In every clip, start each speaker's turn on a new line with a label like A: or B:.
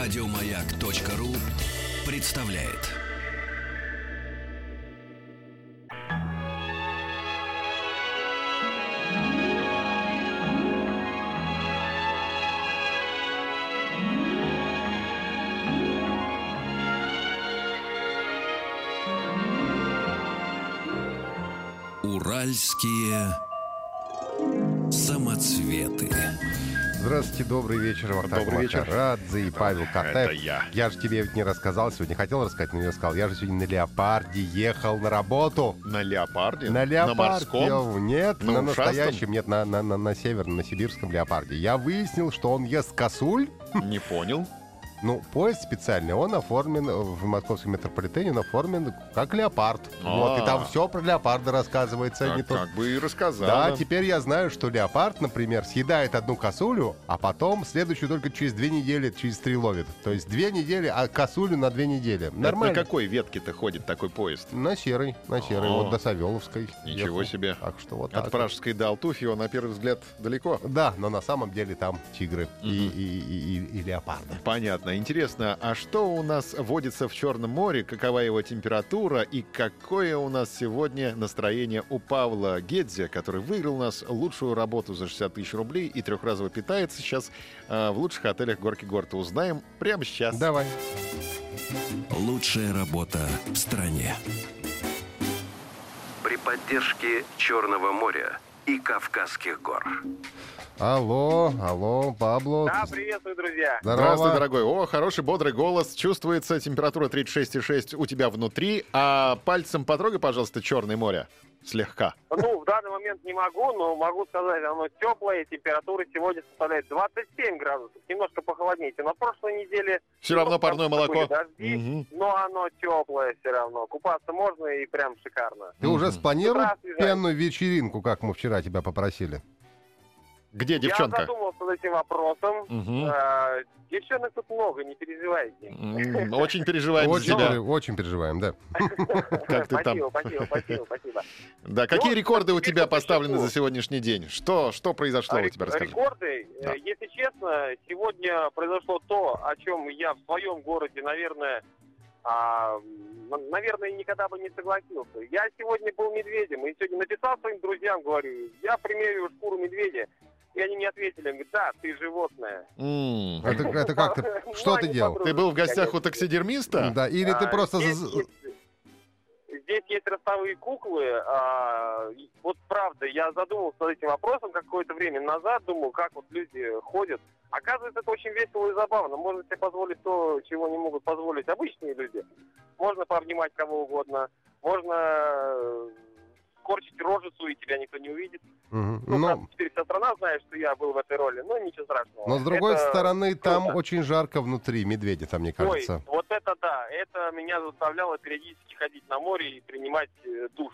A: Радиомаяк.ру представляет. Уральские самоцветы.
B: Здравствуйте, добрый вечер, Вахтанг
C: Добрый вечер.
B: Макарадзе и Павел Картаев.
C: это я.
B: Я же тебе ведь не рассказал сегодня, хотел рассказать, но не рассказал. Я же сегодня на леопарде ехал на работу.
C: На леопарде?
B: На леопарде.
C: морском?
B: Ев, Нет,
C: На
B: на,
C: ушастом?
B: настоящем, нет, на, на, на, на северном, на сибирском леопарде. Я выяснил, что он ест косуль.
C: Не понял.
B: Ну, поезд специальный, он оформлен э, в московском метрополитене, он оформлен как леопард.
C: А.
B: Вот, и там все про леопарда рассказывается. а
C: Так,
B: не то-
C: как бы и рассказал.
B: Да, типа, теперь я знаю, что леопард, например, съедает одну косулю, а потом следующую только через две недели, через три ловит. То есть две недели, а косулю на две недели. Нормально.
C: На какой ветке-то ходит такой поезд?
B: На серый, на серый,
C: О.
B: вот до Савеловской.
C: Ничего себе.
B: Так что вот
C: От
B: так.
C: пражской до Алтуфьева, на первый взгляд, далеко.
B: Да, но на самом деле там тигры и, и- и- и- и леопарды.
C: Понятно. Интересно, а что у нас водится в Черном море, какова его температура и какое у нас сегодня настроение у Павла Гедзя, который выиграл у нас лучшую работу за 60 тысяч рублей и трехразово питается сейчас э, в лучших отелях горки горта. Узнаем прямо сейчас.
B: Давай.
A: Лучшая работа в стране.
D: при поддержке Черного моря и Кавказских гор.
B: Алло, алло, Пабло.
E: Да, приветствую, друзья.
B: Здорово.
C: Здравствуй, дорогой. О, хороший, бодрый голос. Чувствуется температура 36,6 у тебя внутри. А пальцем потрогай, пожалуйста, Черное море. Слегка.
E: Ну, в данный момент не могу, но могу сказать, оно теплое, температура сегодня составляет 27 градусов, немножко похолоднее, чем на прошлой неделе.
C: Все равно парное молоко.
E: Были Дожди,
C: Мгм.
E: но оно теплое все равно, купаться можно и прям шикарно.
B: Ты уже спланировал
E: С утра свежай.
B: пенную вечеринку, как мы вчера тебя попросили?
C: Где
E: Я
C: девчонка?
E: задумался над этим вопросом.
C: Мгм.
E: Э, Девчонок тут много, не переживайте.
C: М, Очень переживаем за
B: Очень,
C: тебя.
B: пере- очень переживаем, да.
C: Как ты там?
E: Спасибо, спасибо, спасибо, спасибо.
C: Да, какие
E: Ну,
C: рекорды у
E: теперь
C: тебя
E: по
C: поставлены
E: существу.
C: за сегодняшний день? Что, что произошло у
E: Рек-
C: тебя, расскажи.
E: Рекорды, э,
C: Да.
E: если честно, сегодня произошло то, о чем я в своем городе, наверное, а, м, наверное, никогда бы не согласился. Я сегодня был медведем, и сегодня написал своим друзьям, говорю, я примерю шкуру медведя. И они мне ответили, говорят, да, ты животное.
C: М.
B: Это, это как ты?
E: Ну,
B: Что ты
E: они
B: делал?
E: подруги,
C: Ты был в гостях у
E: конечно.
C: таксидермиста?
B: Да, или ты
E: А,
B: просто...
E: здесь
B: заз-
E: есть- Здесь есть ростовые куклы. а, и вот правда, я задумался над этим вопросом какое-то время назад, думал, как вот люди ходят. Оказывается, это очень весело и забавно. Можно себе позволить то, чего не могут позволить обычные люди. Можно пообнимать кого угодно, можно э, корчить рожицу, и тебя никто не увидит.
B: Мгм.
E: Ну,
B: Ну,
E: правда, теперь вся страна знает, что я был в этой роли, но ничего страшного.
B: Но с другой
E: Это-
B: стороны, там
E: круто.
B: очень жарко внутри, медведя там, мне кажется.
E: Ой, вот это да, это меня заставляло периодически ходить на море и принимать э, душ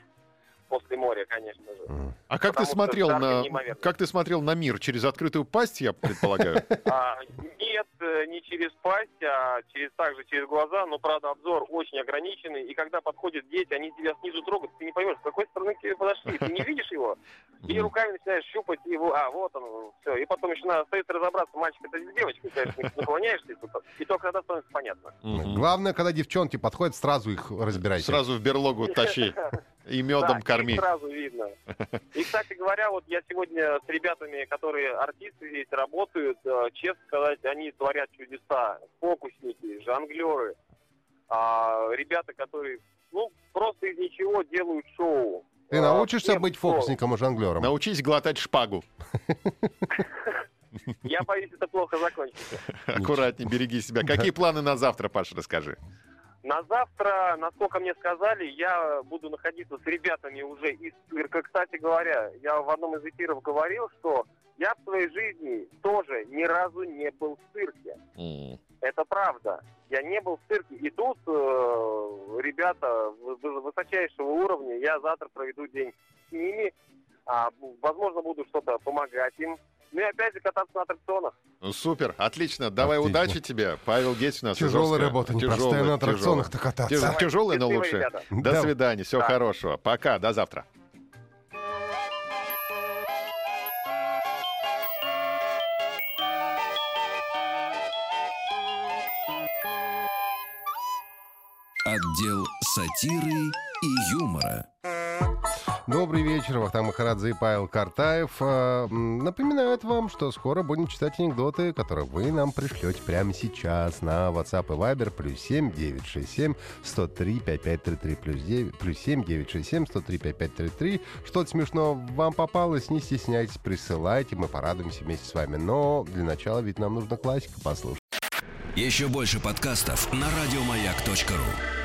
E: после моря, конечно же.
B: М.
C: А как ты
E: Потому что
C: смотрел
E: жарко
C: на...
E: неимоверно.
C: Как ты смотрел на мир? Через открытую пасть, я предполагаю?
E: А, нет, э, не через пасть, а через также через глаза, но правда обзор очень ограниченный, и когда подходят дети, они тебя снизу трогают, ты не поймешь, с какой стороны к тебе подошли, ты не видишь его, и
C: М.
E: руками начинаешь щупать его, а вот он, все, и потом еще надо остается разобраться, мальчик это или девочка, конечно, наклоняешься, и тут- и только тогда становится понятно.
B: Ну,
C: Мгм.
B: Главное, когда девчонки подходят, сразу их разбирайте.
C: Сразу в берлогу тащи и медом
E: их
C: корми.
E: сразу видно. И, кстати говоря, вот я сегодня с ребятами, которые артисты здесь работают, э, честно сказать, они творят чудеса. Фокусники, жонглеры, а, ребята, которые, ну, просто из ничего делают шоу.
B: Ты
E: А,
B: научишься
E: всем
B: быть
E: шоу.
B: фокусником и жонглером?
C: Научись глотать шпагу.
E: Я боюсь, это плохо закончится.
C: Аккуратнее, береги себя. Какие планы на завтра, Паша, расскажи.
E: На завтра, насколько мне сказали, я буду находиться с ребятами уже из цирка. Кстати говоря, я в одном из эфиров говорил, что я в своей жизни тоже ни разу не был в цирке. Это правда. Я не был в цирке. И тут э, ребята в- в- высочайшего уровня. Я завтра проведу день с ними. А, б- возможно, буду что-то помогать им. Ну и опять же кататься на аттракционах.
C: Ну, Супер, отлично. Давай
B: Отлично.
C: удачи тебе. Павел Геть у нас.
B: Тяжелая
C: Ижевская.
B: работа, непростая
C: Тяжелая,
B: на
C: тяжелая.
B: аттракционах-то кататься.
C: Тяж-
E: Давай,
C: Тяжелая, но
E: счастливо,
C: лучшая.
E: ребята.
C: До
B: Да.
C: свидания, всего
E: Да.
C: хорошего. Пока, до завтра.
A: Отдел сатиры и юмора.
B: Добрый вечер, Вахтанг Махарадзе и Павел Картаев. Э, м, Напоминают вам, что скоро будем читать анекдоты, которые вы нам пришлете прямо сейчас на WhatsApp и Viber плюс 7 967 103 5533 плюс 9 плюс 7 967 103 5533. Что-то смешно вам попалось, не стесняйтесь, присылайте, мы порадуемся вместе с вами. Но для начала ведь нам нужно классика послушать.
A: Еще больше подкастов на радиомаяк.ру.